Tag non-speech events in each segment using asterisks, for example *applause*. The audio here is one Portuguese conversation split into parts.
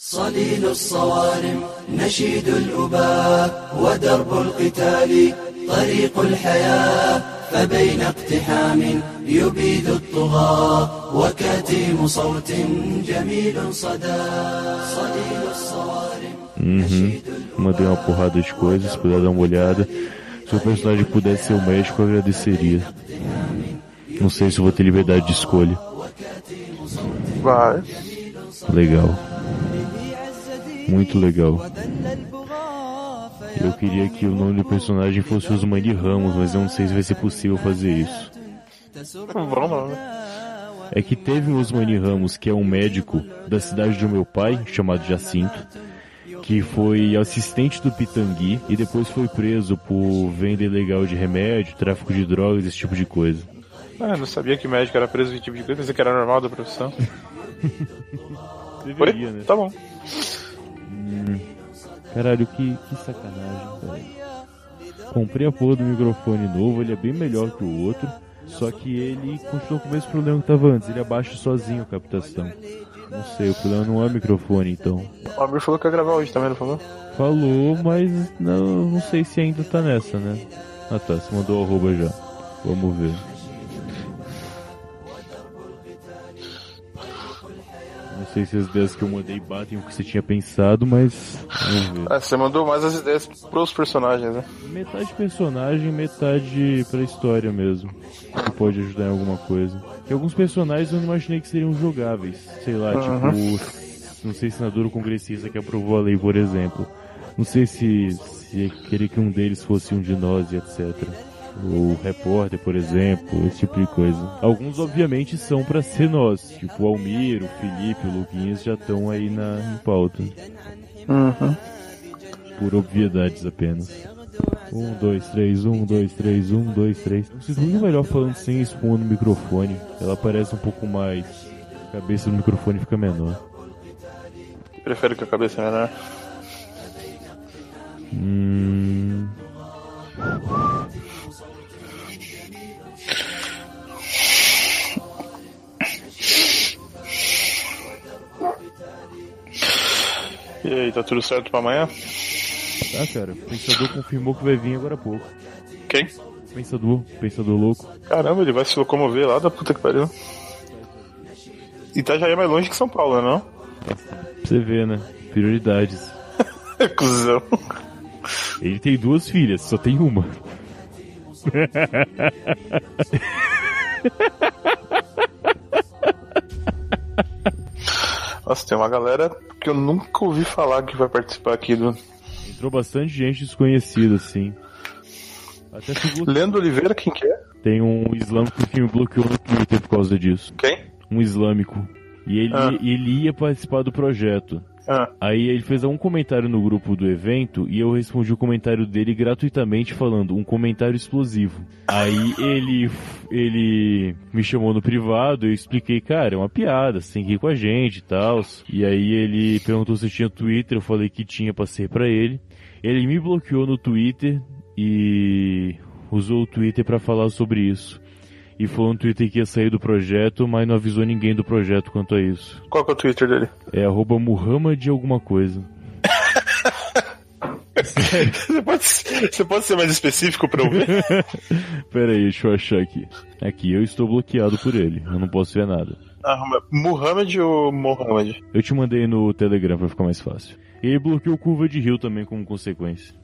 صليل الصوارم نشيد الأباء ودرب القتال طريق الحياة فبين اقتحام يبيد الطغاة وكتيم صوت جميل صدى صليل الصوارم Uhum. نشيد الأباء Mandei uma porrada de coisas, se puder dar uma olhada. Se o personagem pudesse ser o médico, eu agradeceria. Não sei se eu vou ter liberdade de escolha. Vai. Legal. Muito legal. Eu queria que o nome do personagem fosse Osmani Ramos, mas eu não sei se vai ser possível fazer isso. Bom nome. É que teve o Osmani Ramos, que é um médico da cidade do meu pai, chamado Jacinto, que foi assistente do Pitangui e depois foi preso por venda ilegal de remédio, tráfico de drogas, esse tipo de coisa. Ah, não sabia que médico era preso que tipo de coisa, pensei que era normal da profissão. Por Deveria, né? aí? Tá bom. Caralho, que, que sacanagem, velho. Comprei a porra do microfone novo, ele é bem melhor que o outro, só que ele continua com o mesmo problema que tava antes, ele abaixa sozinho a captação. Não sei, o problema não é o microfone, então. O Amir falou que ia gravar hoje também, não falou? Falou, mas não, não sei se ainda tá nessa, né? Ah tá, você mandou o arroba já. Vamos ver. Não sei se as ideias que eu mandei batem o que você tinha pensado, mas. Vamos ver. Ah, você mandou mais as ideias pros personagens, né? Metade personagem, metade pra história mesmo. Que pode ajudar em alguma coisa. E alguns personagens eu não imaginei que seriam jogáveis. Sei lá, tipo. Não sei se na Duro Congressista que aprovou a lei, por exemplo. Não sei se, se queria que um deles fosse um de nós e etc. O repórter, por exemplo, esse tipo de coisa. Alguns, obviamente, são pra ser nós. Tipo, o Almir, o Felipe, o Luquinhas já estão aí na em pauta. Uhum. Por obviedades apenas. Um, dois, três, um, dois, três, um, dois, três. Eu me sinto muito melhor falando sem expor no microfone. Ela parece um pouco mais. A cabeça do microfone fica menor. Prefiro que a cabeça é menor. Hum. E aí, tá tudo certo pra amanhã? Tá, cara. O pensador confirmou que vai vir agora há pouco. Quem? Pensador, pensador louco. Caramba, ele vai se locomover lá da puta que pariu. Itajaí é mais longe que São Paulo, né, *laughs* não? Pra Você vê, né? Prioridades. É, Cusão. Ele tem duas filhas, só tem uma. Nossa, tem uma galera que eu nunca ouvi falar que vai participar aqui do. Entrou bastante gente desconhecida, assim. Até figura. Leandro Oliveira, quem que é? Tem um islâmico que me bloqueou no Twitter por causa disso. Quem? um islâmico. E ele, Ah. ele ia participar do projeto. Ah, Aí ele fez um comentário no grupo do evento e eu respondi o comentário dele gratuitamente falando um comentário explosivo. Aí ele ele me chamou no privado, eu expliquei, cara, é uma piada, você tem que ir com a gente e tal. E aí ele perguntou se eu tinha Twitter, eu falei que tinha, passei pra ele. Ele me bloqueou no Twitter e usou o Twitter pra falar sobre isso. E falou no Twitter que ia sair do projeto, mas não avisou ninguém do projeto quanto a isso. qual que é o Twitter dele? É arroba Muhammad alguma coisa. Você pode, você pode ser mais específico pra eu *laughs* ver? Pera aí, deixa eu achar aqui. Aqui, eu estou bloqueado por ele. Eu não posso ver nada. Ah, Muhammad ou Mohamed? Eu te mandei no Telegram pra ficar mais fácil. Ele bloqueou curva de rio também como consequência.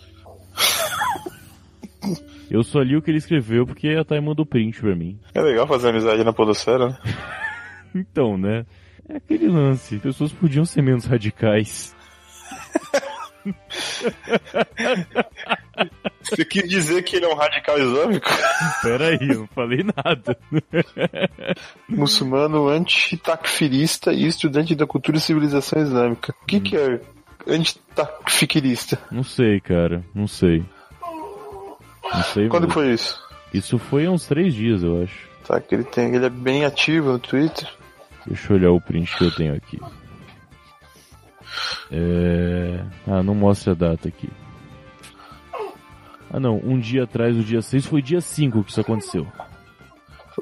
Eu só li o que ele escreveu porque a Thay mandou print pra mim. É legal fazer amizade na podosfera, né? Então, né? É aquele lance. Pessoas podiam ser menos radicais. Você quis dizer que ele é um radical islâmico? Pera aí, eu não falei nada. *laughs* Muçulmano antitakfirista e estudante da cultura e civilização islâmica. O que, que é antitakfirista? Não sei, cara. Não sei. Não sei Quando mesmo. foi isso? Isso foi há uns três dias, eu acho. Tá, que ele tem. Ele é bem ativo no Twitter. Deixa eu olhar o print que eu tenho aqui. É... Ah, não mostra a data aqui. Ah não, um dia atrás, o dia 6, foi dia 5 que isso aconteceu.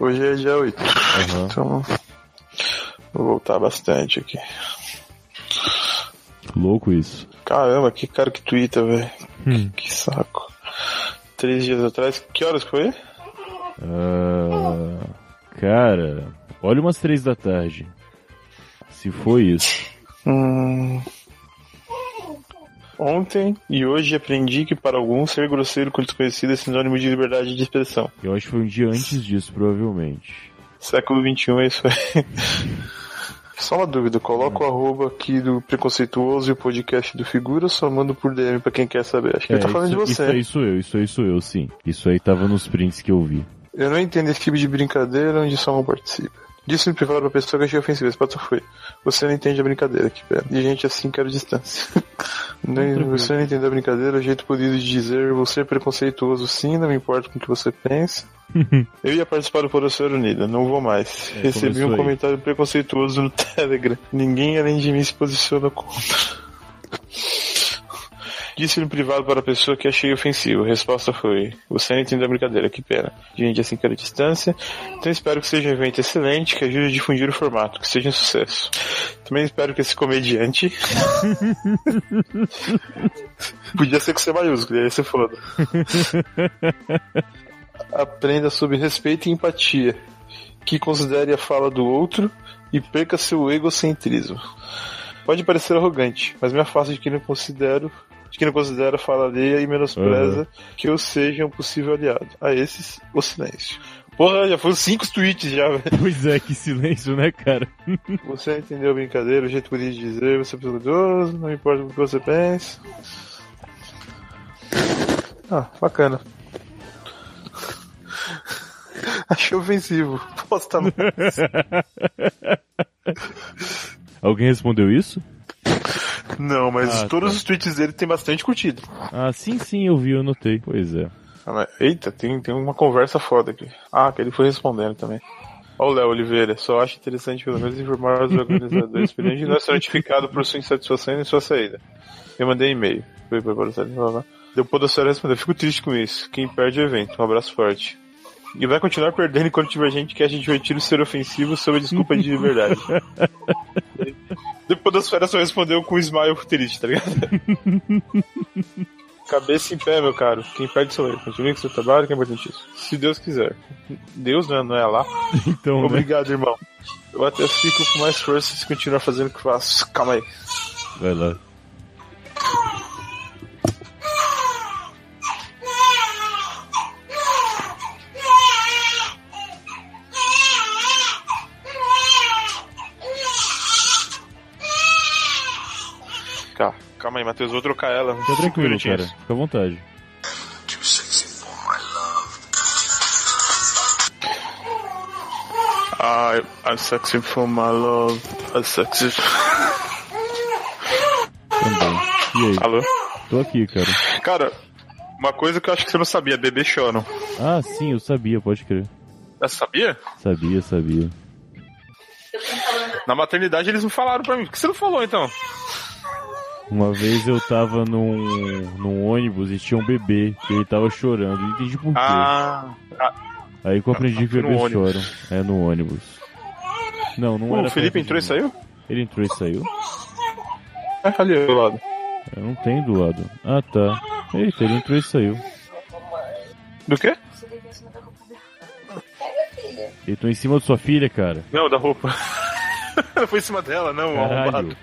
Hoje é dia 8. Aham. Então. Vou voltar bastante aqui. Louco isso. Caramba, que cara que tuita, velho. Hum. Que saco. Três dias atrás, que horas que foi? Ah, cara, olha umas três da tarde. Se foi isso. Hum... Ontem e hoje aprendi que para alguns ser grosseiro com desconhecido é sinônimo de liberdade de expressão. Eu acho que foi um dia antes disso, provavelmente. Século XXI é isso aí. *laughs* Só uma dúvida, coloca o arroba aqui do Preconceituoso e o podcast do Figura, só mando por DM pra quem quer saber. Acho que ele tá falando É, isso, de Isso você. aí sou eu, isso aí sou eu, sim. Isso aí tava nos prints que eu vi. *laughs* Eu não entendo esse tipo de brincadeira onde só um participa. Disse no privado pra pessoa que achei ofensiva, esse pato foi. Você não entende a brincadeira, que pena. E gente assim quero distância. *laughs* não, você não entende a brincadeira, o jeito polido de dizer você é preconceituoso sim, não me importa com o que você pensa. Eu ia participar do Podosfera Unida, não vou mais. É, Recebi começou um aí. comentário preconceituoso no *laughs* Telegram. Ninguém além de mim se posiciona contra. Disse no privado para a pessoa que achei ofensivo. A resposta foi: Você não entendeu a brincadeira, que pena. Gente, assim que era distância. Então espero que seja um evento excelente, que ajude a difundir o formato, que seja um sucesso. Também espero que esse comediante. *laughs* Podia ser com C maiúsculo, aí você foda. Aprenda sobre respeito e empatia, que considere a fala do outro e perca seu egocentrismo. Pode parecer arrogante, mas me afasta de quem não considero, de quem não considera a fala alheia e menospreza que eu seja um possível aliado. A esses, o silêncio. Porra, já foram cinco tweets já, velho. Pois é, que silêncio, né, cara? Você entendeu a brincadeira, o jeito bonito de dizer, você é presunçoso, não importa o que você pensa. Ah, bacana. *laughs* Achei ofensivo. tá- Posta mais. Alguém respondeu isso? *laughs* Não, mas Ah, todos tá. os tweets dele tem bastante curtida. Ah, sim, sim, eu vi, eu notei. Pois é. Ah, mas- Eita, tem, tem uma conversa foda aqui. Ah, que ele foi respondendo também. Ó o Léo Oliveira, só acho interessante pelo menos informar os organizadores experiente e não ser notificado por sua insatisfação em sua saída. Eu mandei e-mail. Foi pra Podosfera, blá, blá. Deu Podosfera respondeu, fico triste com isso. Quem perde o evento. Um abraço forte. E vai continuar perdendo enquanto tiver gente que acha divertido ser ofensivo sob a desculpa de verdade. Depois Podosfera só respondeu com um smile triste, tá ligado? Cabeça em pé, meu caro. Quem perde sou eu. Continue com seu trabalho, que é importante isso. Se Deus quiser. Deus não é, não é lá. Então, né? Obrigado, irmão. Eu até fico com mais força se continuar fazendo o que faço. Calma aí. Vai lá. Calma, Tá. calma aí, Matheus. Vou trocar ela. Fica Cinco tranquilo, cara. minutinhos. Fica à vontade. I, I sexy for my love. I sexy. Também. E aí? Alô? Tô aqui, cara. Cara, uma coisa que eu acho que você não sabia: bebê choram. Ah, sim, eu sabia, pode crer. Você sabia? Sabia, sabia. Na maternidade eles não falaram pra mim. Por que você não falou então? Uma vez eu tava num, num ônibus e tinha um bebê que ele tava chorando. Não entendi por quê. Ah, Aí que eu aprendi que Ah, no bebês ônibus. choram. É no ônibus. Não, não era. o Felipe perto de entrou e mim. né? saiu? Ele entrou e saiu? É, ali do lado. Eu não tenho do lado. Ah, tá. Eita, ele entrou e saiu. Do quê? Ele tô em cima de sua filha, cara. Não, da roupa. *laughs* Não foi em cima dela, não, Caralho. arrombado.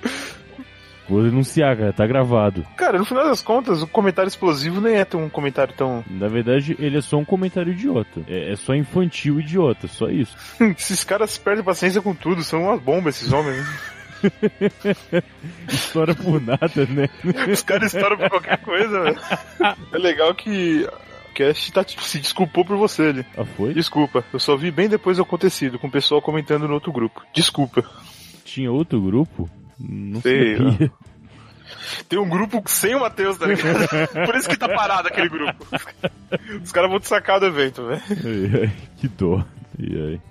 Vou denunciar, cara. Tá gravado. Cara, no final das contas, o comentário explosivo nem é tão- um comentário tão. *laughs* Na verdade, ele é só um comentário idiota. É, é só infantil idiota, só isso. *laughs* esses caras perdem paciência com tudo, são umas bombas esses homens. né? *laughs* História por nada, né? Os caras estouram por qualquer coisa, velho. *laughs* É legal que. o Cast tá, tipo, se desculpou por você ali. Ah, foi? Desculpa, eu só vi bem depois do acontecido, com o pessoal comentando no outro grupo. Desculpa. Tinha outro grupo? Não Sei né? lá. sabia. Tem um grupo sem o Matheus, tá *laughs* ligado? Por isso que tá parado aquele grupo. Os caras vão te sacar do evento, velho. *laughs* Ai, ai, que dó. E aí?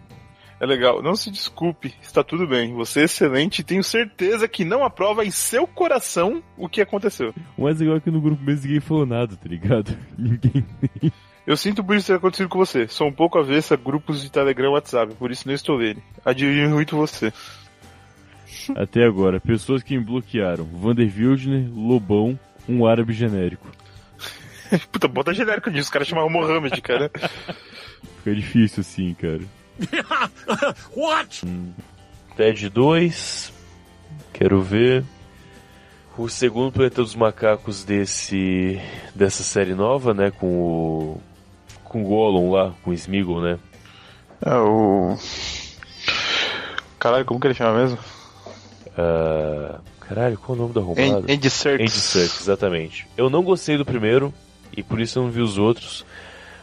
É legal. Não se desculpe, está tudo bem. Você é excelente e tenho certeza que não aprova em seu coração o que aconteceu. O mais legal é que no grupo mesmo ninguém falou nada, tá ligado? *laughs* Ninguém. Eu sinto por isso ter acontecido com você. Sou um pouco avessa a grupos de Telegram e WhatsApp, por isso não estou nele. Admiro muito você. Até agora, pessoas que me bloquearam: Vander Wildner, Lobão, um árabe genérico. Puta, bota genérico nisso, o cara chamava Mohamed, cara. Fica difícil assim, cara. What? TED 2. Hum. Quero ver. O segundo Planeta dos Macacos desse dessa série nova, né, com o com o Gollum lá, com o Smeagol, né? *laughs* É o. Caralho, como que ele chama mesmo? Ah, caralho, qual é o nome da arrombada? Andy Serkis. Andy Serkis, exatamente. Eu não gostei do primeiro e por isso eu não vi os outros.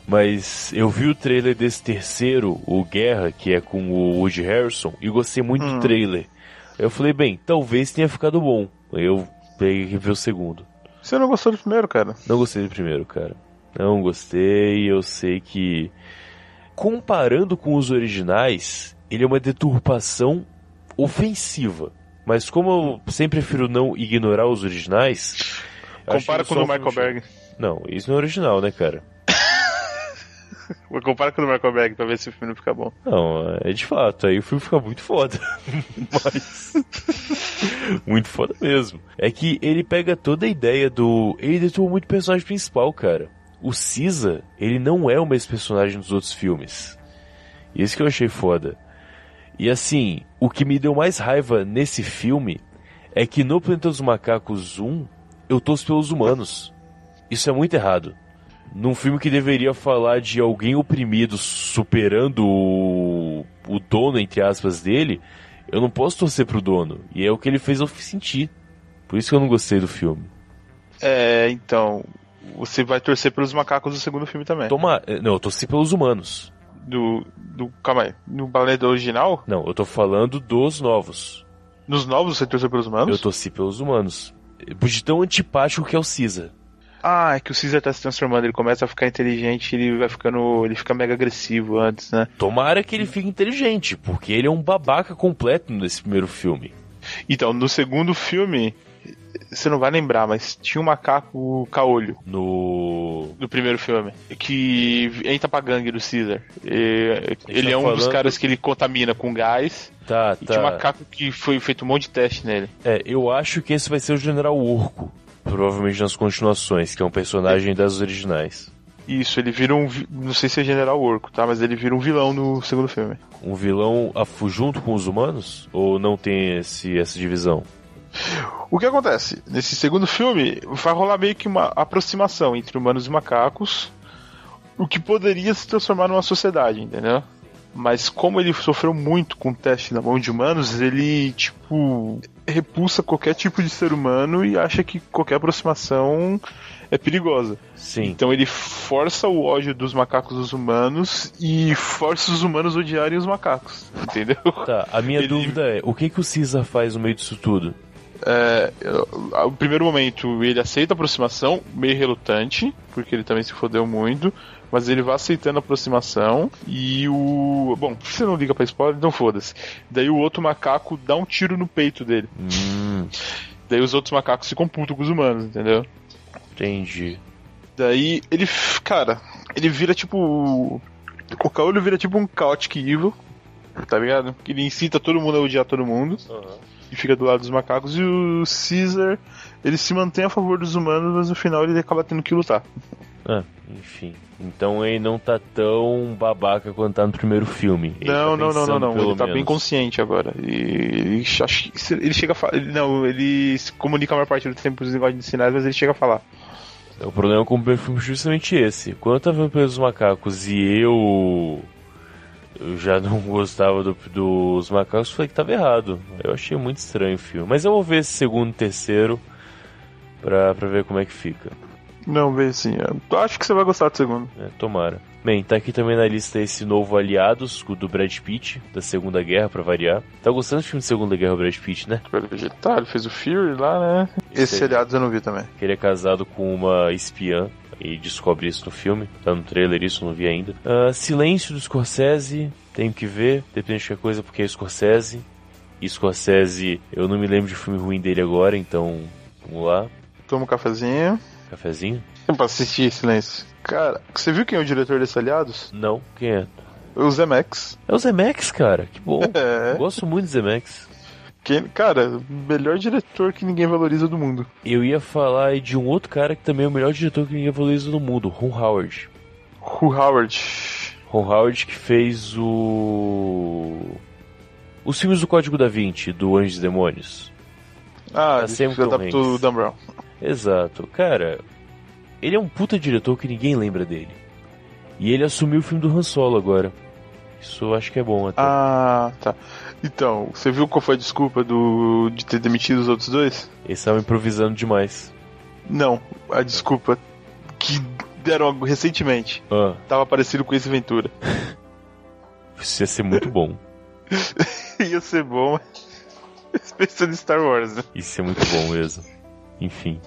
Mas eu vi o trailer desse terceiro, o Guerra, que é com o Woody Harrison, e gostei muito do trailer. Eu falei, bem, talvez tenha ficado bom. Eu peguei que ver o segundo. Você não gostou do primeiro, cara? Não gostei do primeiro, cara. Não gostei, eu sei que. Comparando com os originais, ele é uma deturpação ofensiva. Mas como eu sempre prefiro não ignorar os originais. eu acho Compara que com o só do foi um Michael chute. Berg. Não, isso não é original, né, cara? Compara com o do Michael Berg pra ver se o filme fica bom. Não, é de fato, aí o filme fica muito foda. *laughs* Mas. muito foda mesmo. É que ele pega toda a ideia do. Ele deturpa muito o personagem principal, cara. O Caesar, ele não é o mesmo personagem dos outros filmes. Isso que eu achei foda. E assim, o que me deu mais raiva nesse filme é que no Planeta dos Macacos 1, eu torço pelos humanos. Isso é muito errado num filme que deveria falar de alguém oprimido superando o, o dono, entre aspas, dele, eu não posso torcer pro dono. E é o que ele fez eu sentir. Por isso que eu não gostei do filme. É, então. Você vai torcer pelos macacos do segundo filme também. Toma. eh, Não, eu torci pelos humanos. Do. do calma aí. No planeta original? Não, eu tô falando dos novos. Nos novos você torceu pelos Eu humanos? torci pelos humanos. Eh, De tão antipático que é o Caesar. Ah, é que o Caesar tá se transformando, ele começa a ficar inteligente, ele vai ficando. ele fica mega agressivo antes, né? Tomara que ele fique inteligente, porque ele é um babaca completo nesse primeiro filme. Então, no segundo filme, você não vai lembrar, mas tinha um macaco caolho No. no primeiro filme que entra pra gangue do Caesar. E- Ele ele tá é um dos falando- caras que ele contamina com gás. Tá, E tá. tinha um macaco que foi feito um monte de teste nele. É, eu acho que esse vai ser o General Urco. Provavelmente nas continuações, que é um personagem das originais. Isso, ele vira um. vi- Não sei se é General Orco, tá? Mas ele vira um vilão no segundo filme. Um vilão a fu- junto com os humanos? Ou não tem esse, essa divisão? O que acontece? Nesse segundo filme, vai rolar meio que uma aproximação entre humanos e macacos, o que poderia se transformar numa sociedade, entendeu? Mas como ele sofreu muito com o teste na mão de humanos, ele, tipo, repulsa qualquer tipo de ser humano e acha que qualquer aproximação é perigosa. Sim. Então ele força o ódio dos macacos dos humanos e força os humanos a odiarem os macacos, *laughs* entendeu? Tá, a minha Ele- dúvida é, o que que o Caesar faz no meio disso tudo? É, o primeiro momento ele aceita a aproximação, meio relutante, porque ele também se fodeu muito, mas ele vai aceitando a aproximação e o. Bom, se você não liga pra spoiler, então foda-se. Daí o outro macaco dá um tiro no peito dele. Hum, Daí os outros macacos se computam com os humanos, entendeu? entendi. Daí ele. f- Cara, ele vira tipo. O Caolho vira tipo um Chaotic Evil, tá ligado? Que Ele incita todo mundo a odiar todo mundo. E fica do lado dos macacos. E o Caesar, ele se mantém a favor dos humanos, mas no final ele acaba tendo que lutar. Ah, enfim. Então ele não tá tão babaca quanto tá no primeiro filme. Ele não, tá não, não, não, pensando não. Ele pelo tá bem menos. consciente agora. E ele, acha- ele chega a falar. Não, ele se comunica a maior parte do tempo os negócios de sinais, mas ele chega a falar. O problema com o primeiro filme é justamente esse. Quando eu tava vendo pelos macacos e eu. Eu já não *laughs* gostava do- dos macacos, eu falei que tava errado. Eu achei muito estranho o filme. Mas eu vou ver esse segundo e terceiro pra, pra ver como é que fica. Não, vê assim. Eu acho que você vai gostar do segundo. né? Tomara. Bem, tá aqui também na lista esse novo Aliados, o do Brad Pitt, da Segunda Guerra, pra variar. Tá gostando do filme de Segunda Guerra, o Brad Pitt, né? Pelo jeito, tá, ele fez o Fury lá, né? Esse Esse aliados eu não vi também. que ele é casado com uma espiã e descobre isso no filme. Tá no trailer isso, não vi ainda. Ah, Silêncio do Scorsese, tenho que ver, depende de qualquer coisa, porque é Scorsese. E Scorsese, eu não me lembro de filme ruim dele agora, então vamos lá. Toma um cafezinho. *laughs* Cafezinho? É pra assistir Silêncio. Cara, você viu quem é o diretor desse Aliados? Não, quem é? O Zemex. É o Zemex, cara, que bom. É. Eu Gosto muito de Zemex. Quem- cara, melhor diretor que ninguém valoriza do mundo. Eu ia falar aí de um outro cara que também é o melhor diretor que ninguém valoriza no mundo, Ron Howard. Who Howard. Ron Howard que fez o. Os filmes do Código da Vinci, do Anjos e Demônios. Tá Ah, ele sempre se Tom adaptou o Hanks. Dan Brown. Exato. Cara, ele é um puta diretor que ninguém lembra dele. E ele assumiu o filme do Han Solo agora. Isso eu acho que é bom até. Ah, tá. Então, você viu qual foi a desculpa do de ter demitido os outros dois? Eles estavam improvisando demais. Não, a desculpa que deram recentemente Ah, tava parecido com esse Ventura. *laughs* isso ia ser muito bom. Ia ser bom, *laughs* mas pensando em Star Wars, né? Isso é muito bom mesmo. Enfim.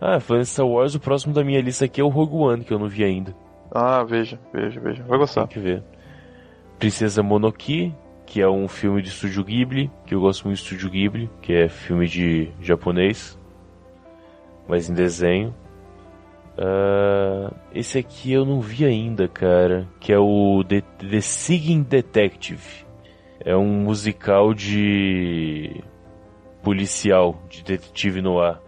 Ah, falando em Star Wars, o próximo da minha lista aqui é o Rogue One, que eu não vi ainda. Ah, veja, veja, veja. Vai Tem gostar. que ver. Princesa Monoki, que é um filme do Estúdio Ghibli, que eu gosto muito do Estúdio Ghibli, que é filme de japonês, mas em desenho. Ah, esse aqui eu não vi ainda, cara, que é o The, The Sigging Detective. É um musical de policial, de detetive no ar.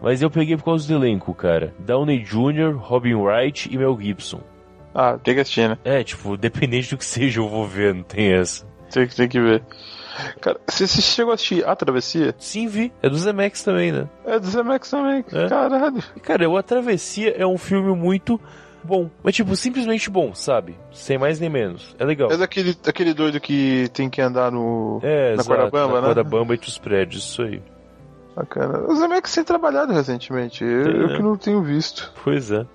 Mas eu peguei por causa do elenco, cara. Downey Jr., Robin Wright e Mel Gibson. Ah, tem que assistir, né? É, tipo, *laughs* dependente do que seja, eu vou ver, não tem essa. Tem, que- tem que ver. Cara, você, você chegou a assistir A Travessia? Sim, vi. É do Zemex também, né? É do Zemex também, É? caralho. E, cara, o A Travessia é um filme muito bom. Mas, tipo, simplesmente bom, sabe? Sem mais nem menos. É legal. É daquele, daquele doido que tem que andar no. É, na exato, corda bamba, na né? corda bamba entre os prédios, isso aí. Bacana. O Zemex tem trabalhado recentemente, eu, Tem, eu né? que não tenho visto. Pois é.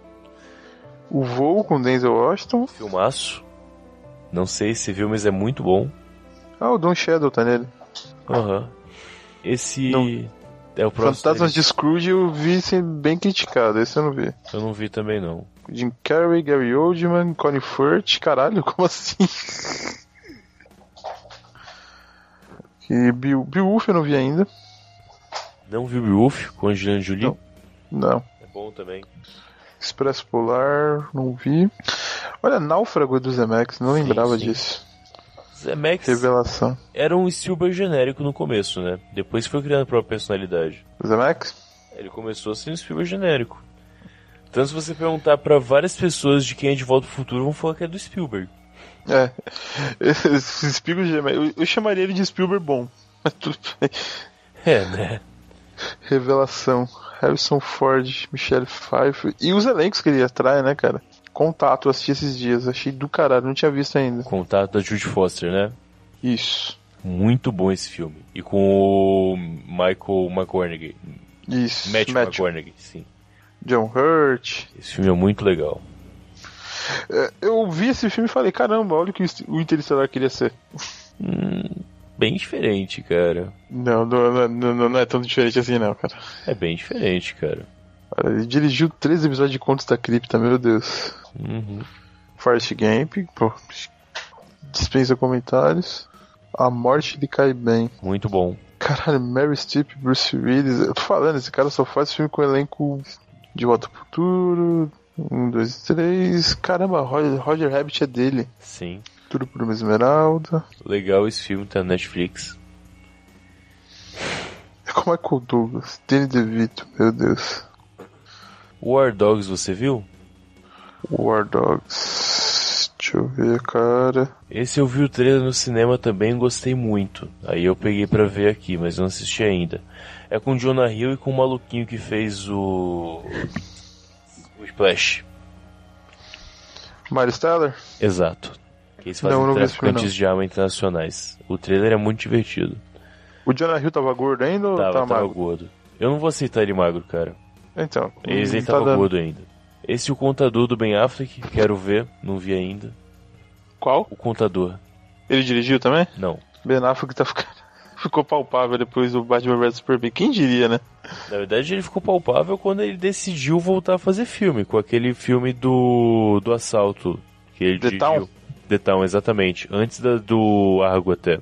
O Voo com Denzel Washington. Filmaço. Não sei se viu, mas é muito bom. Ah, o Don Shadow tá nele. Aham. Esse... Não. É o próximo. Fantasmas dele. de Scrooge eu vi ser bem criticado, esse eu não vi. Eu não vi também, não. Jim Carrey, Gary Oldman, Connie Furt, caralho, *laughs* como assim? e Beow- Beowulf eu não vi ainda. Não vi o Beowulf com Angelina Jolie? Não. Não. É bom também. Expresso Polar, não vi. Olha, Náufrago do Zemex, não Sim, lembrava sim. disso. Zemex... Revelação. era um Spielberg genérico no começo, né? Depois foi criando a própria personalidade. Zemex? Ele começou sendo um Spielberg genérico. Tanto se você perguntar pra várias pessoas de quem é de volta pro futuro, vão falar que é do Spielberg. É. *laughs* Esse Spielberg, eu- eu chamaria ele de Spielberg bom. *laughs* Mas tudo bem. *laughs* É, né? Revelação. Harrison Ford, Michelle Pfeiffer. E os elencos que ele atrai, né, cara? Contato, eu assisti esses dias. Achei do caralho, não tinha visto ainda. Contato da Judy Foster, né? Isso. Muito bom esse filme. E com o Michael McConaughey. Isso. Matthew, Matthew. McConaughey, sim. John Hurt. Esse filme é muito legal. É, Eu vi esse filme e falei, caramba, olha o que o Interestelar queria ser. Bem diferente, cara. Não, não, não, não- não é tão diferente assim, não, cara. É bem diferente, cara. Olha, Ele dirigiu três episódios de Contos da Cripta, meu Deus. Uhum. Forest Gamp, pô. Dispensa comentários. A morte lhe cai bem. Muito bom. Caralho, Mary Streep, Bruce Willis. Eu tô falando, esse cara só faz filme com elenco de Volta pro Futuro. Um, dois, três. Caramba, Roger, Roger Rabbit é dele. Sim. Tudo por uma esmeralda. Legal esse filme, tá na Netflix. É com Michael Douglas, Danny DeVito, meu Deus. War Dogs, você viu? War Dogs. Deixa eu ver, cara. Esse eu vi o trailer no cinema também e gostei muito. Aí eu peguei pra ver aqui, mas eu não assisti ainda. É com o Jonah Hill e com o maluquinho que fez o. O Splash. Miles Teller? Exato. Que eles fazem Não, eu não vi esse filme, traficantes de arma internacionais. O trailer é muito divertido. O Jonah Hill tava gordo ainda ou Tava, tá tava magro? gordo. Eu não vou aceitar ele magro, cara. Então. Eles ele não tá tava dando. gordo ainda. Esse o contador do Ben Affleck, quero ver, não vi ainda. Qual? O contador, Ele dirigiu também? não. Ben Affleck tá ficando... *laughs* Ficou palpável depois do Batman vs Superman. Quem diria, né? Na verdade, ele ficou palpável quando ele decidiu voltar a fazer filme, com aquele filme do, do assalto que ele The dirigiu. Town? The Town, exatamente. Antes da, do Argo até.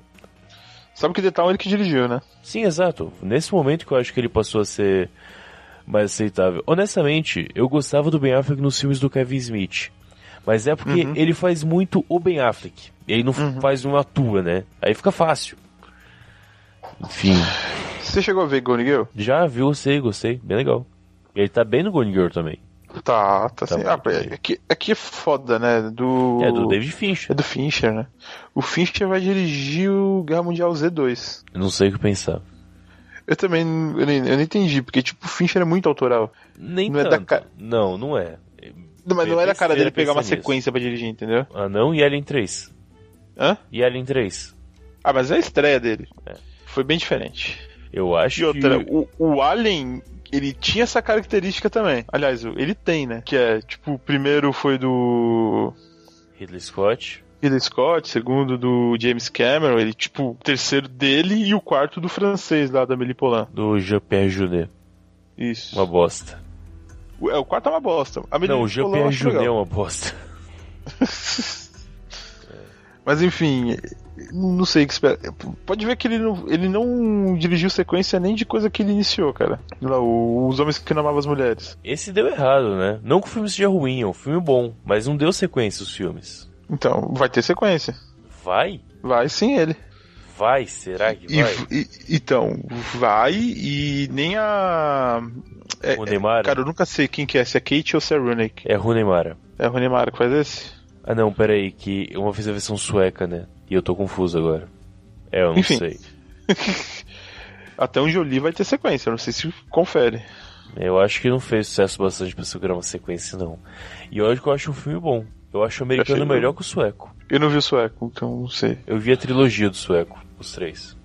Sabe que The Town ele que dirigiu, né? Sim, exato. Nesse momento que eu acho que ele passou a ser mais aceitável. Honestamente, eu gostava do Ben Affleck nos filmes do Kevin Smith. Mas é Uhum. porque ele faz muito o Ben Affleck. E aí não faz um atua, né? Aí fica fácil. Enfim, Você chegou a ver Gone Girl? já viu, gostei, gostei. Bem legal. Ele tá bem no Gone Girl também. Tá, tá, sim. bom, Ah, ok. aqui, aqui é foda, né? Do... É do David Fincher. É do Fincher, né? O Fincher vai dirigir o Guerra Mundial Z2. Eu não sei o que pensar. Eu também eu nem, eu não entendi, porque tipo, o Fincher é muito autoral. Nem Não é da tanto. ca- Não, não é. Não, Mas Eu não era a cara pensei- dele pegar uma pensei nisso. sequência pra dirigir, entendeu? Ah, não, e Alien 3. Hã? E Alien 3. Ah, mas é a estreia dele. Foi bem diferente. Eu acho E outra, que... o, o Alien, ele tinha essa característica também. Aliás, o- ele tem, né? Que é, tipo, o primeiro foi do Ridley Scott. Ridley Scott, segundo do James Cameron, ele, tipo, o terceiro dele e o quarto do francês lá da Melipolan. do Jean-Pierre Junet. Isso. Uma bosta. O, é, o quarto é uma bosta. A Não, o Melipolan eu Jean-Pierre acho Junet é legal. uma bosta. Mas enfim, não sei o que espera. Pode ver que ele não, ele não dirigiu sequência nem de coisa que ele iniciou, cara. Lá, o- os homens que não amavam as mulheres. Esse deu errado, né? Não que o filme seja ruim, é um filme bom, mas não deu sequência os filmes. Então, vai ter sequência. Vai? Vai sim ele. Vai, será que E, vai? e- então, vai e nem a. É, O é- Neymar? cara, eu nunca sei quem que é, se é Kate ou se é Runick. É Runemara. É o Neymar que faz esse? Ah não, peraí, que uma vez a versão sueca, né? E eu tô confuso agora. É, eu não Enfim. sei. Até onde eu li vai ter sequência, eu não sei se confere. Eu acho que não fez sucesso bastante pra segurar uma sequência, não. E olha que eu acho um filme bom. Eu acho o americano achei melhor que o sueco. Eu não vi o sueco, então não sei. Eu vi a trilogia do sueco, os três.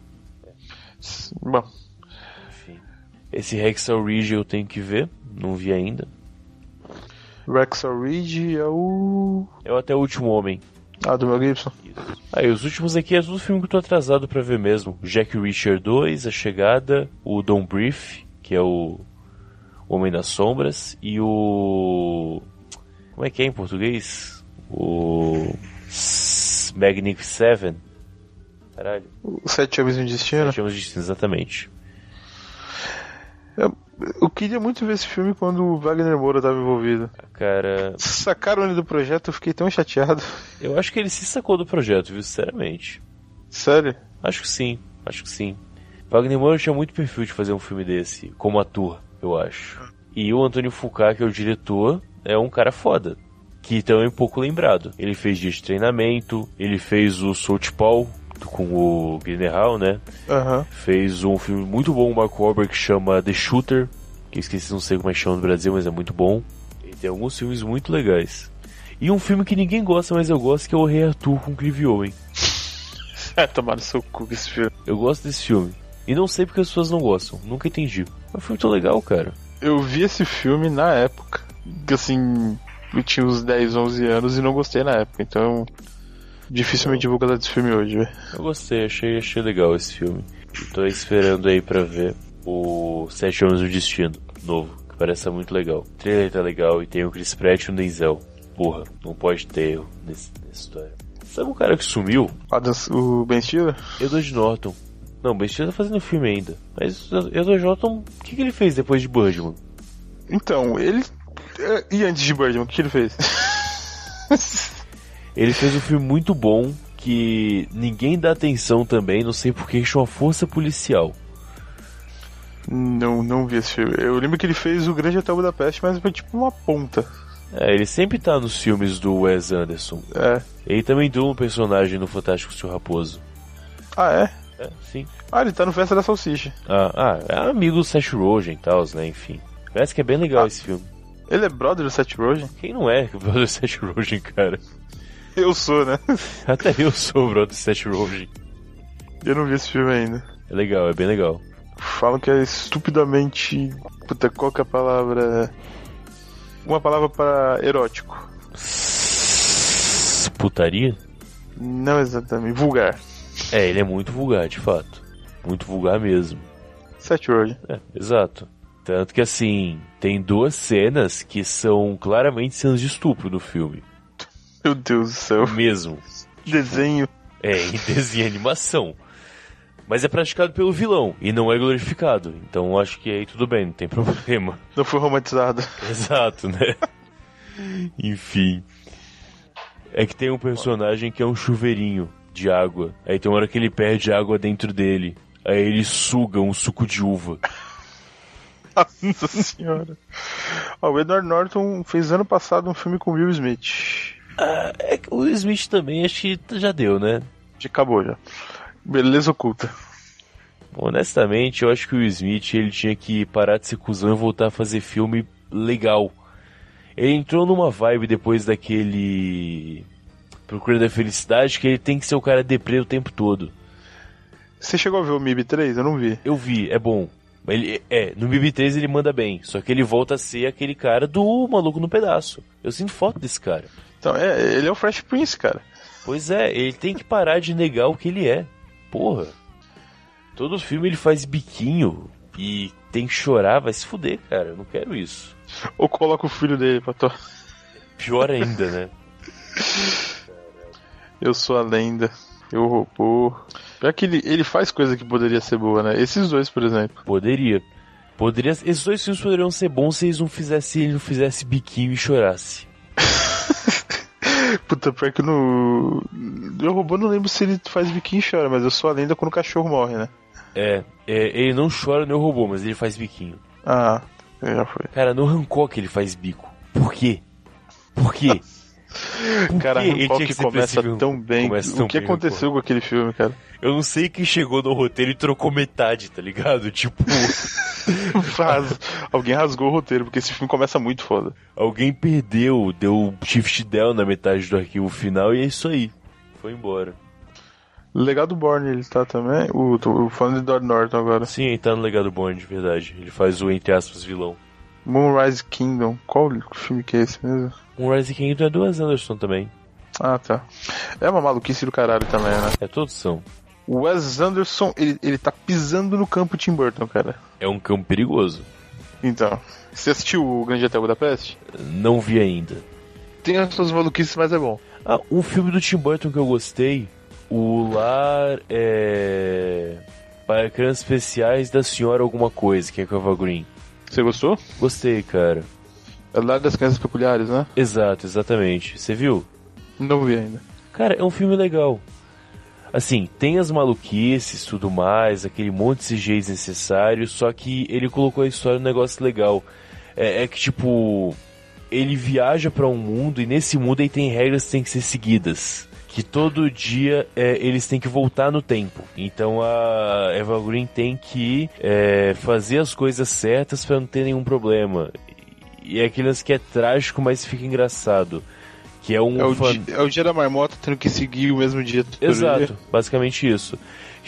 Bom, Enfim. Esse Hexal Ridge eu tenho que ver, não vi ainda. Rexel Reed é o. Eu até o último homem. Ah, do Mel Gibson. Aí, os últimos aqui é tudo filme que eu tô atrasado pra ver mesmo. Jack Reacher 2, A Chegada, o Don Brief, que é o Homem das Sombras, e o... Como é que é em português? O... S- Magnific Seven. Caralho. O Sete Homens e um Destino. Chamamos de exatamente. Eu queria muito ver esse filme quando o Wagner Moura tava envolvido. Cara, Sacaram ele do projeto, eu fiquei tão chateado. *laughs* eu acho que ele se sacou do projeto, viu? Sinceramente. Sério? Acho que sim, acho que sim. Wagner Moura tinha muito perfil de fazer um filme desse, como ator, eu acho. E o Antônio Foucault, que é o diretor, é um cara foda. Que também é pouco lembrado. Ele fez Dia de Treinamento, ele fez o Salt Paul com o General, né? Aham. Fez um filme muito bom, o Mark Wahlberg, que chama The Shooter, que eu esqueci, não sei como é que chama no Brasil, mas é muito bom. Ele tem alguns filmes muito legais. E um filme que ninguém gosta, mas eu gosto, que é o Rei Arthur com Clive Owen. É, tomaram seu cu com esse filme. Eu gosto desse filme. E não sei porque as pessoas não gostam. Nunca entendi. É um filme tão legal, cara. Eu vi esse filme na época. que, Assim, eu tinha uns 10, 11 anos e não gostei na época. Então, dificilmente eu vou gostar desse filme hoje, velho. Eu gostei, achei, achei legal esse filme. E Tô esperando aí pra ver o Sete Anos do Destino, novo, que parece ser muito legal. O trailer tá legal e tem o Chris Pratt e o Denzel. Porra, não pode ter erro nesse- nessa história. Sabe um cara que sumiu? Adam- O Ben Stiller? Edward Norton. Não, o Ben Stiller tá fazendo filme ainda. Mas o Edward Norton, o que, que ele fez depois de Birdman? Então, ele. é, E antes de Birdman, o que ele fez? Ele fez um filme muito bom que ninguém dá atenção também, não sei porque chama Força Policial. não, não vi esse filme. Eu lembro que ele fez O Grande Hotel Budapeste, mas foi tipo uma ponta. É, ele sempre tá nos filmes do Wes Anderson. É. Ele também doa um personagem no Fantástico Seu Raposo. Ah, é? É, sim. Ah, ele tá no Festa da Salsicha. Ah, ah, é amigo do Seth Rogen e tal, né? Enfim. Parece que é bem legal Ah. esse filme. Ele é brother do Seth Rogen? *laughs* Quem não é *laughs* o brother do Seth Rogen, cara? Eu sou, né? *laughs* Até eu sou o brother do Seth Rogen. Eu não vi esse filme ainda. É legal, é bem legal. Falam que é estupidamente. Puta, qual que é a palavra? Uma palavra para erótico. Putaria? Não exatamente. Vulgar. É, ele é muito vulgar, de fato. Muito vulgar mesmo. Seth Rogen. É, exato. Tanto que assim, tem duas cenas que são claramente cenas de estupro no filme. Meu Deus do *laughs* céu. Mesmo. Desenho. É, em *laughs* desenho e animação. Mas é praticado pelo vilão e não é glorificado. Então acho que aí tudo bem, não tem problema. *laughs* Não foi romantizado. Exato, né? *laughs* Enfim. É que tem um personagem que é um chuveirinho de água. Aí tem uma hora que ele perde água dentro dele. Aí ele suga um suco de uva. Nossa senhora. Ó, o Edward Norton fez ano passado um filme com Will Smith. Ah, é que o Smith também acho que já deu, né? Já acabou já. Beleza oculta. Honestamente, eu acho que o Smith ele tinha que parar de ser cuzão e voltar a fazer filme legal. Ele entrou numa vibe depois daquele Procura da Felicidade que ele tem que ser o cara deprê o tempo todo. Você chegou a ver o MIB 3? Eu não vi. Eu vi, é bom. Ele, é, no BB3 ele manda bem, só que ele volta a ser aquele cara do maluco no pedaço. Eu sinto falta desse cara. Então, é, ele é o Fresh Prince, cara. Pois é, ele tem que parar de negar o que ele é. Porra. Todo filme ele faz biquinho e tem que chorar, vai se fuder, cara. Eu não quero isso. Ou coloca o filho dele pra tua. Pior ainda, né? Eu sou a lenda. Eu robô. Pior que ele, ele faz coisa que poderia ser boa, né? Esses dois, por exemplo. Poderia. Poderia. Esses dois filmes poderiam ser bons se eles não fizessem, ele não fizesse biquinho e chorasse. Puta, pior que no. Eu robô não lembro se ele faz biquinho e chora, mas eu sou a lenda quando o cachorro morre, né? É, é, ele não chora no robô, mas ele faz biquinho. Ah, já foi. Cara, no Hancock ele faz bico. Por quê? Por *laughs* quê? Por Cara, quê? Ele Hancock tinha que ser começa previsível. tão bem. Começa o tão que bem, aconteceu com aquele filme, cara? *laughs* Eu não sei quem chegou no roteiro e trocou metade, tá ligado? *laughs* Tipo, Ras- Alguém rasgou o roteiro, porque esse filme começa muito foda. alguém perdeu, deu um shift del na metade do arquivo final e é isso aí. Foi embora. Legal do Borne, ele tá também. O, tô falando de Edward Norton agora. Sim, ele tá no legado bom de verdade. Ele faz o, entre aspas, vilão. Moonrise Kingdom. Qual filme que é esse mesmo? O Rise Kingdom é do Wes Anderson também. Ah, tá. É uma maluquice do caralho também, né? É todos são. O Wes Anderson, ele, ele tá pisando no campo Tim Burton, cara. É um campo perigoso. Então, você assistiu o Grande Hotel Budapeste? Não vi ainda. Tem as suas maluquices, mas é bom. Ah, um filme do Tim Burton que eu gostei, o Lar é para crianças especiais da senhora alguma coisa, que é com a Eva Green. Você gostou? Gostei, cara. É lá das crianças peculiares, né? Exato, exatamente. Você viu? Não vi ainda. Cara, é um filme legal. Assim, tem as maluquices, tudo mais, aquele monte de CGI necessário, só que ele colocou a história num negócio legal. É, é que, tipo, ele viaja pra um mundo e nesse mundo aí tem regras que têm que ser seguidas. Que todo dia é, eles têm que voltar no tempo. Então a Eva Green tem que é, fazer as coisas certas pra não ter nenhum problema. E é aquele lance que é trágico, mas fica engraçado. Que é um É o, orfan- dia, é o dia da marmota tendo que seguir o mesmo dia. todo dia. Exato, basicamente isso.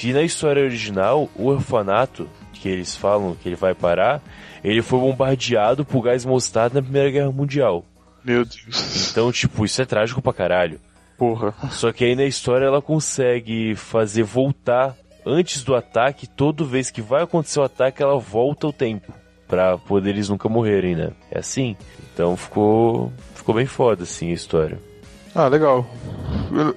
E na história original, o orfanato que eles falam que ele vai parar, ele foi bombardeado por gás mostarda na Primeira Guerra Mundial. Meu *laughs* Deus. Então, tipo, isso é trágico pra caralho. Porra. Só que aí na história ela consegue fazer voltar antes do ataque, toda vez que vai acontecer o ataque, ela volta o tempo. Pra poder eles nunca morrerem, né? É assim. Então ficou. Ficou bem foda, assim, a história. Ah, legal.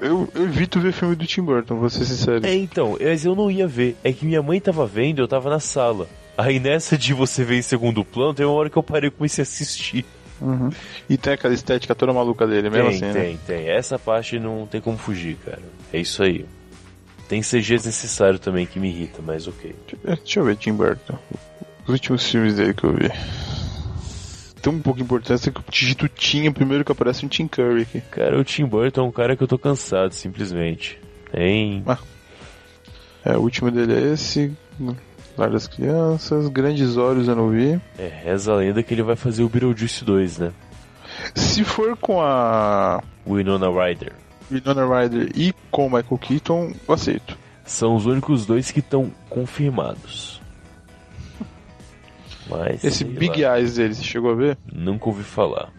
Eu, eu- eu evito ver filme do Tim Burton, vou ser sincero. É, então, mas eu não ia ver. É que minha mãe tava vendo, eu tava na sala. Aí nessa de você ver em segundo plano, tem uma hora que eu parei e comecei a assistir. Uhum. E tem aquela estética toda maluca dele, mesmo tem, assim, né? tem, tem. Essa parte não tem como fugir, cara. É isso aí. Tem CG necessário também que me irrita, mas ok. É, Deixa eu ver Tim Burton. Os últimos filmes dele que eu vi. Tem um pouco de importância que eu digito Tim, o primeiro que aparece é um Tim Curry aqui. Cara, o Tim Burton é um cara que eu tô cansado, simplesmente. Tem. É, o último dele é esse. Lar das Crianças, Grandes Olhos eu não vi. É, reza a lenda que ele vai fazer o Beetlejuice 2, né? Se for com a Winona Ryder. Winona Ryder e com o Michael Keaton, eu aceito. São os únicos dois que estão *laughs* confirmados. Mas. Esse sei Big lá, Eyes dele, você chegou a ver? Nunca ouvi falar.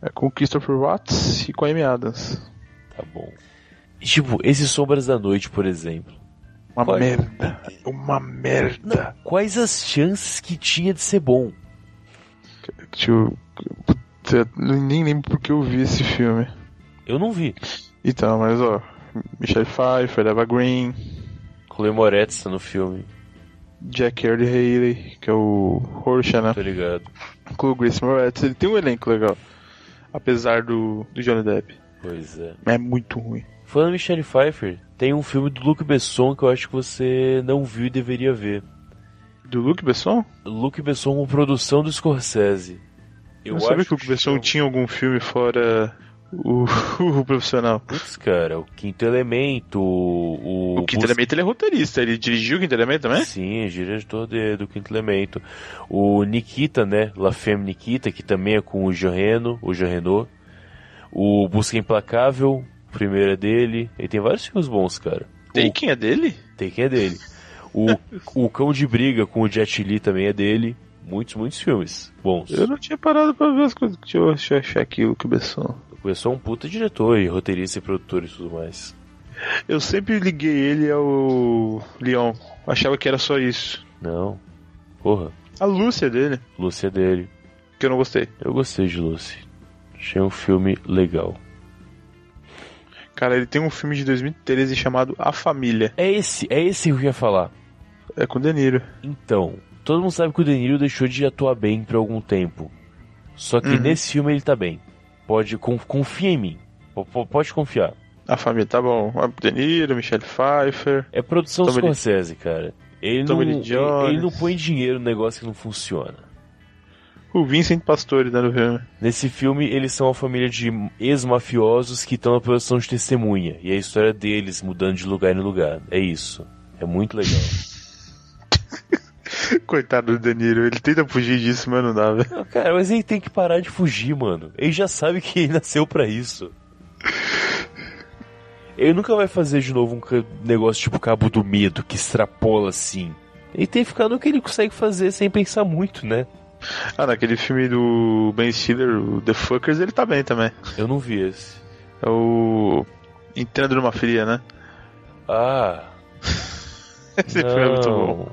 É com o Christopher Watts e com a Amy Adams. Tá bom. E, Tipo, esses Sombras da Noite, por exemplo. Uma Vai. merda. Uma merda. Quais as chances que tinha de ser bom? Deixa eu... Puta, nem lembro porque eu vi esse filme. Eu não vi. Então, mas ó, Michelle Pfeiffer, Eva Green, Chloe Moretz tá no filme, Jack Earl Haley, que é o Horsha, né? tô ligado. Com o Grace Moretz, ele tem um elenco legal. Apesar do, do Johnny Depp. Pois é. É muito ruim. Falando em Michelle Pfeiffer, tem um filme do Luc Besson que eu acho que você não viu e deveria ver. Do Luke Besson? Luc Besson com produção do Scorsese. Eu não sabia que o Luke Besson tinha algum filme fora o, *laughs* o profissional. Putz, cara, o Quinto Elemento, o... O Quinto Elemento ele é roteirista, ele dirigiu o Quinto Elemento também? Sim, é diretor de, do Quinto Elemento. O Nikita, né? La Femme Nikita, que também é com o Jorreno, o Jorreno. O Busca Implacável, o primeiro é dele. Ele tem vários filmes bons, cara. Tem quem é dele? O Taken é dele. O, o Cão de Briga com o Jet Li também é dele. Muitos, muitos filmes bons. Eu não tinha parado pra ver as coisas. Deixa eu, deixa eu achar aqui o Luke Besson. Começou um puta diretor e roteirista e produtor e tudo mais. Eu sempre liguei ele ao Leon. Achava que era só isso. Não. Porra, A Lúcia dele, Lucy é dele. que eu não gostei. Eu gostei de Lucy. Achei um filme legal. Cara, ele tem um filme de 2013 chamado A Família. É esse, é esse que eu ia falar. É com o De Niro. Então, todo mundo sabe que o De Niro deixou de atuar bem por algum tempo. Só que Uhum. nesse filme ele tá bem. Pode, con- confia em mim. P- p- pode confiar. A Família, tá bom. Ah, De Niro, Michelle Pfeiffer. É produção Tommy Lee- Scorsese, cara. Ele não, Tommy Lee ele, Jones. ele não põe dinheiro no negócio que não funciona. O Vincent Pastore dando filme. *laughs* Nesse filme, eles são uma família de ex-mafiosos que estão na posição de testemunha. E é a história deles mudando de lugar em lugar. É isso. É muito legal. Coitado do De Niro, ele tenta fugir disso, mas não dá, velho. Não, Cara, mas ele tem que parar de fugir, mano. Ele já sabe que ele nasceu pra isso. Ele nunca vai fazer de novo um ca- negócio tipo Cabo do Medo, que extrapola assim. Ele tem que ficar no que ele consegue fazer sem pensar muito, né? Ah, naquele filme do Ben Stiller, o The Fuckers, ele tá bem também. Eu não vi esse. É o. Entrando numa fria, né? Ah, *laughs* Esse não. filme é muito bom.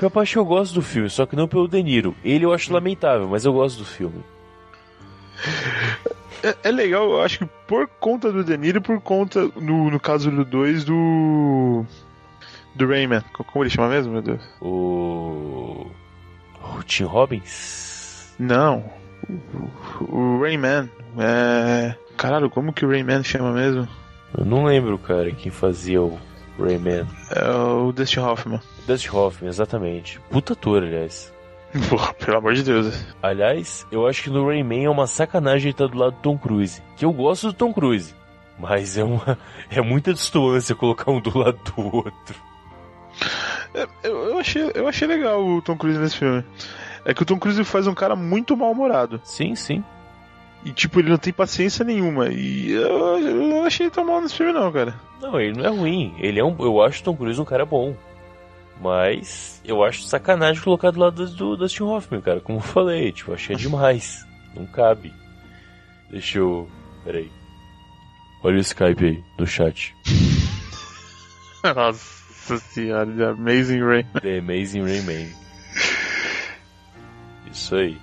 Capaz que eu gosto do filme, só que não pelo De Niro. Ele eu Hum. acho lamentável, mas eu gosto do filme. É, é legal, eu acho que por conta do De Niro e por conta, no, no caso do 2, do. Do Rayman. Co- Como ele chama mesmo, meu Deus? O... o Tim Robbins? Não. O- O Rayman. É. Caralho, como que o Rayman chama mesmo? Eu não lembro, cara, quem fazia o Rayman. É o Dustin Hoffman. Dustin Hoffman, exatamente. Puta ator, aliás. *laughs* Porra, pelo amor de Deus. Aliás, eu acho que no Rayman é uma sacanagem estar do lado do Tom Cruise. Que eu gosto do Tom Cruise. Mas é uma. *laughs* É muita distância colocar um do lado do outro. É, Eu, eu, achei, eu achei legal o Tom Cruise nesse filme. É que o Tom Cruise faz um cara muito mal-humorado. Sim, sim. E, tipo, ele não tem paciência nenhuma. E eu, eu não achei tão mal nesse filme, não, cara. Não, ele não é ruim. Ele é um. Eu acho o Tom Cruise um cara bom. Mas eu acho sacanagem colocar do lado do do Dustin Hoffman, cara. Como eu falei, tipo, *laughs* achei demais. Não cabe. Deixa eu. Peraí. Olha o Skype aí, no chat. *laughs* Nossa senhora, The Amazing Ray. The Amazing Rayman. Isso aí.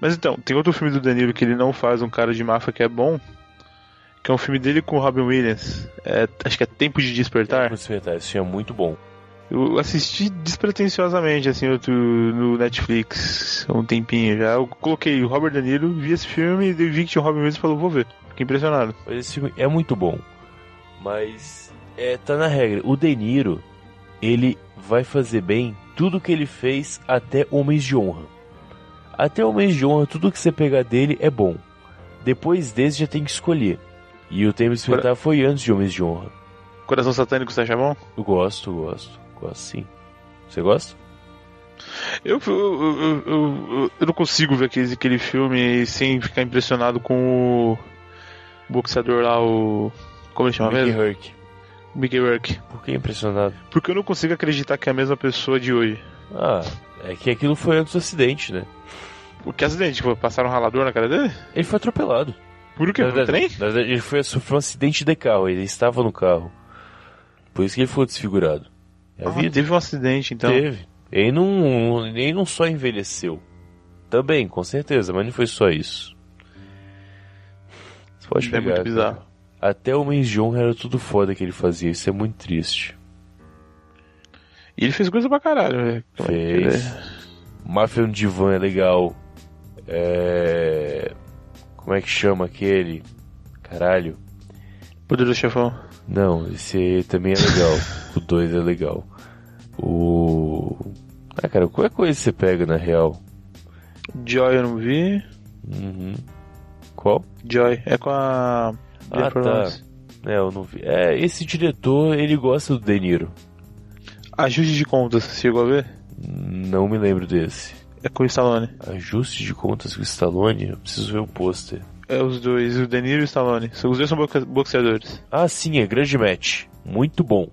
Mas então, tem outro filme do Danilo que ele não faz um cara de máfia que é bom. Que é um filme dele com o Robin Williams. É, acho que é Tempo de Despertar. Vamos experimentar, Esse filme é muito bom. Eu assisti despretensiosamente, assim, outro, no Netflix há um tempinho já. Eu coloquei o Robert Danilo, vi esse filme e daí vi que tinha o Robin Williams e falou, vou ver. Fiquei impressionado. Mas esse filme é muito bom. Mas é, tá na regra. O De Niro, ele vai fazer bem tudo que ele fez até Homens de Honra. Até Homens de Honra, tudo que você pegar dele é bom. Depois desse já tem que escolher. E o Tempo de Despertar foi antes de Homens de Honra. Coração Satânico, você acha bom? Eu gosto, gosto. Gosto sim. Você gosta? Eu, eu, eu, eu- eu- eu não consigo ver aquele, aquele filme sem ficar impressionado com o boxeador lá, o. Como ele chama Mickey mesmo? Herc. Mickey Rourke. Por que impressionado? Porque eu não consigo acreditar que é a mesma pessoa de hoje. Ah, é que aquilo foi antes do acidente, né? O que acidente? Tipo, Passaram um ralador na cara dele? Ele foi atropelado. Por quê? Na Por um É verdade- trem? Na verdade, ele foi, sofreu um acidente de carro, ele estava no carro. Por isso que ele ficou desfigurado. É a Ah, vida. teve um acidente, então. Teve. Ele não, ele não só envelheceu. Também, com certeza, mas não foi só isso. Você pode É pegar. muito cara. bizarro. Até o Homens de Honra era tudo foda que ele fazia, isso é muito triste. E ele fez coisa pra caralho, velho. é Fez. Máfia no Divã é legal. É. Como é que chama aquele? Caralho. Poder do Chefão. Não, esse também é legal. o 2 é legal. O. Ah, cara, qualquer coisa você pega na real. Joy eu não vi. Uhum. Qual? Joy. É com a. Ah, Jennifer tá. Lawrence. É, eu não vi. É, esse diretor, ele gosta do De Niro. Ajuste de contas, você chegou a ver? Não me lembro desse. É com o Stallone. Ajuste de contas com o Stallone? Eu preciso ver o pôster. É os dois, o Deniro e o Stallone. São- Os dois são boxe- boxeadores. Ah, sim, é grande match. Muito bom.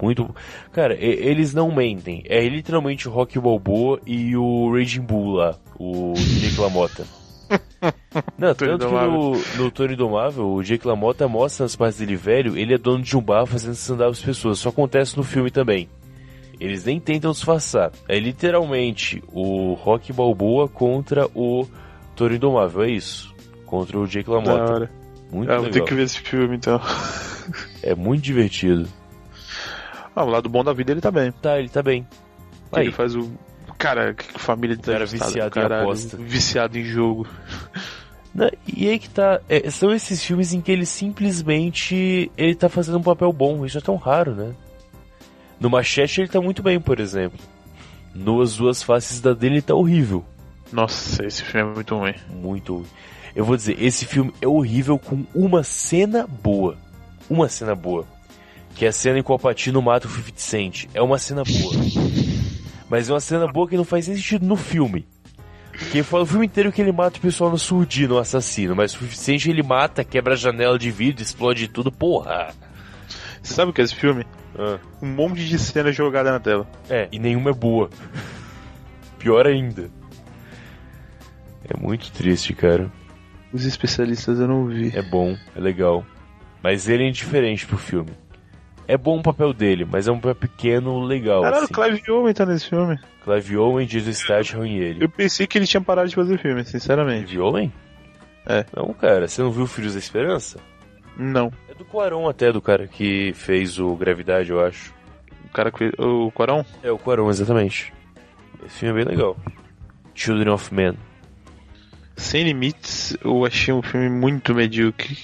Muito bom. Cara, e- eles não mentem. É literalmente o Rock Balboa e o Raging Bull lá, o Jake *laughs* LaMotta. Não, Tony tanto que no, Domável. no Tony Domável, o Jake LaMotta mostra nas partes dele velho, ele é dono de um bar fazendo stand-up as pessoas. Isso acontece no filme também. Eles nem tentam disfarçar. É literalmente o Rock Balboa contra o Tony Domável, é isso. Contra o Jake Da LaMotta. hora. Muito Ah, vou ter legal. que ver esse filme então. É muito divertido. Ah, o lado bom da vida ele tá bem. Tá, ele tá bem. Aí, Ele faz o. Cara, que família de Cara é viciado em aposta. Viciado em jogo. né, e aí que tá. é, são esses filmes em que ele simplesmente ele tá fazendo um papel bom. Isso é tão raro, né? No Machete ele tá muito bem, por exemplo. No As Duas Faces da dele ele tá horrível. Nossa, esse filme é muito ruim. Muito. ruim. Eu vou dizer, esse filme é horrível com uma cena boa. Uma cena boa. Que é a cena em que o Alpatino mata o 50 Cent. É uma cena boa. Mas é uma cena boa que não faz nem sentido no filme. Porque fala o filme inteiro que ele mata o pessoal no surdino, o assassino. Mas o 50 Cent ele mata, quebra a janela de vidro, explode tudo, porra. Você sabe o que é esse filme? Um monte de cena jogada na tela. É, e nenhuma é boa. Pior ainda. É muito triste, cara. Os especialistas eu não vi. É bom, é legal. Mas ele é indiferente pro filme. É bom o papel dele, mas é um papel pequeno legal. Caralho, assim. o Clive Owen tá nesse filme. Clive Owen, Jason Statham e ele. Eu pensei que ele tinha parado de fazer filme, sinceramente. Clive Owen? É. Não, cara, você não viu Filhos da Esperança? Não. É do Quaron até, do cara que fez o Gravidade, eu acho. O cara que fez. O Corão? É, o Quaron, exatamente. Esse filme é bem legal. Children of Men. Sem Limites, eu achei um filme muito medíocre.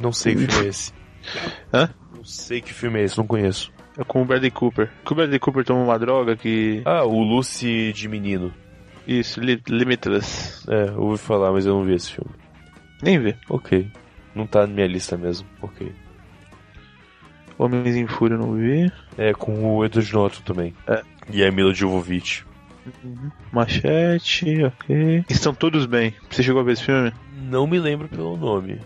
Não sei que filme é esse. *laughs* Hã? Não sei que filme é esse, não conheço. É com o Bradley Cooper. Que o Bradley Cooper toma uma droga que. Ah, o Lucy de Menino. Isso, li Limitless. É, ouvi falar, mas eu não vi esse filme. Nem vê. Ok. Não tá na minha lista mesmo. Ok. Homens em Fúria eu não vi. É com o Edward Norton também. É. E a Mila Jovovich. Machete, ok. Estão todos bem. Você chegou a ver esse filme? Não me lembro pelo nome.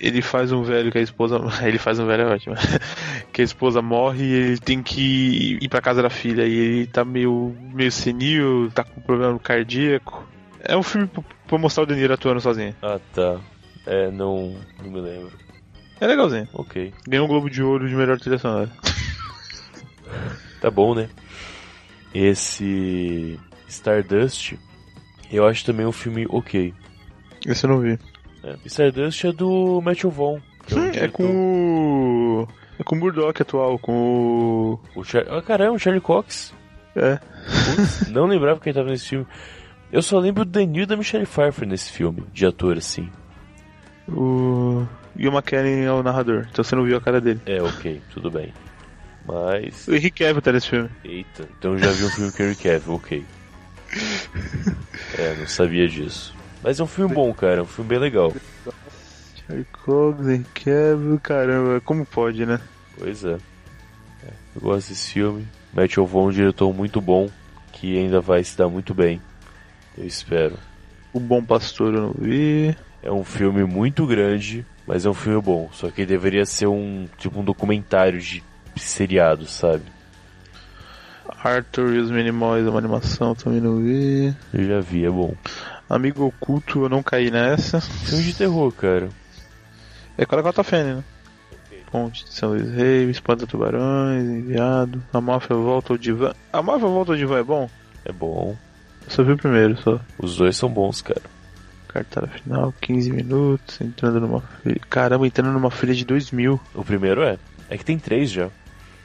Ele faz um velho que a esposa. *laughs* Ele faz um velho é ótimo. *laughs* que a esposa morre e ele tem que ir pra casa da filha. E ele tá meio, meio senil, tá com problema cardíaco. É um filme pra- pra mostrar o De Niro atuando sozinho. Ah, tá. É, não, não me lembro. É legalzinho. Ok. Ganhou o Globo de Ouro de melhor trilha sonora. Tá bom, né? Esse Stardust, eu acho também um filme ok. Esse eu não vi. É. Stardust é do Matthew Vaughn. que um Hum, é diretor- com o. É com o Murdoch atual, com o. o Char... Ah, caramba, o Charlie Cox. É. Putz, não lembrava que ele tava nesse filme. Eu só lembro do Daniel e da Michelle Pfeiffer nesse filme, de ator, assim. O. E o McKellen é o narrador, então você não viu a cara dele. É, ok, tudo bem. Mas. O Henrique Cavill tá nesse filme. Eita, então já vi um filme com Henry Cavill, ok. É, não sabia disso. Mas é um filme bom, cara, é um filme bem legal. Charlie Cox, Henrique Cavill, caramba, como pode, né? Pois é. É, Eu gosto desse filme. Matt Ovon é um diretor muito bom, que ainda vai se dar muito bem. Eu espero. O Bom Pastor eu não vi. É um filme muito grande, mas é um filme bom. Só que deveria ser um tipo um documentário de seriado, sabe? Arthur e os Minimóis é uma animação, também não vi. Eu já vi, é bom. Amigo Oculto, eu não caí nessa. Filme de terror, cara. É com a Dakota Fanning, né? Ponte de São Luís Rei, Espanta Tubarões, Enviado. A Máfia Volta ao Divã. A Máfia Volta ao Divã é bom? É bom. Eu só vi o primeiro, só. Os dois são bons, cara. Cartada final, 15 minutos, entrando numa filha. Caramba, entrando numa filha de 2000. O primeiro é. É que tem três já.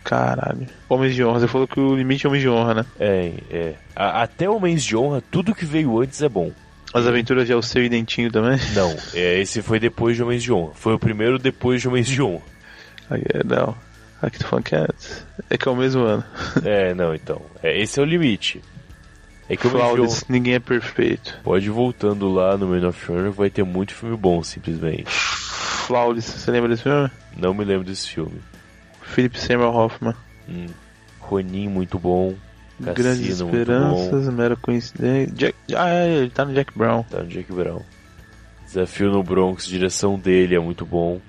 Caralho. Homens de honra, você falou que o limite é homens de honra, né? É, é. A- até o mês de honra, tudo que veio antes é bom. As aventuras de Alceu e Dentinho também. *laughs* Não, é, esse foi depois de Homens de Honra. Foi o primeiro depois de Homens de Honra. Aí é, não. Aqui tô falando que é, é que é o mesmo ano. É, não, então. É, esse é o limite. É que o Major, Flawless, ninguém é perfeito. pode ir voltando lá no Man of Honor, vai ter muito filme bom, simplesmente. Flawless, você lembra desse filme? Não me lembro desse filme. Philip Seymour Hoffman. Hum. Ronin, muito bom. Cassino, Grandes muito bom. Esperanças, mera coincidência. Jack... Ah, é, ele tá no Jack Brown. Tá no Jack Brown. Desafio no Bronx, direção dele é muito bom.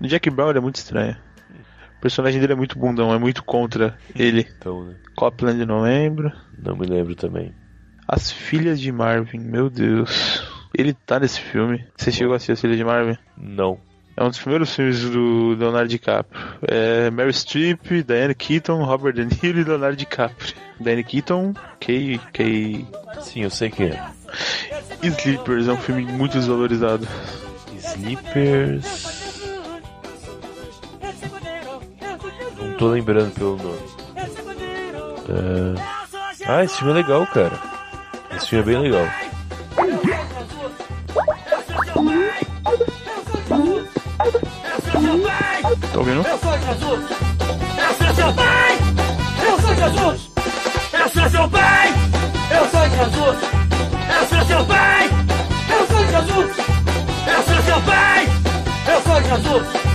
No Jack Brown ele é muito estranho. O personagem dele é muito bundão, é muito contra ele. Então, né? Copland não lembro. Não me lembro também. As Filhas de Marvin, meu Deus. Ele tá nesse filme. Você chegou a assistir As Filhas de Marvin? Não. É um dos primeiros filmes do Leonardo DiCaprio. É Mary Streep, Diane Keaton, Robert De Niro e Leonardo DiCaprio. Diane Keaton, Kay, Kay Sim, eu sei quem é. Sleepers é um filme muito desvalorizado. Sleepers. Não tô lembrando pelo nome. É. Ah, esse filme é legal, cara. Esse filme é bem legal. Tá ouvindo? Eu sou Jesus! Eu sou seu pai! Eu sou Jesus! Eu sou seu pai! Eu sou Jesus! Eu sou seu pai! Eu sou Jesus! Eu sou seu pai! Eu sou Jesus!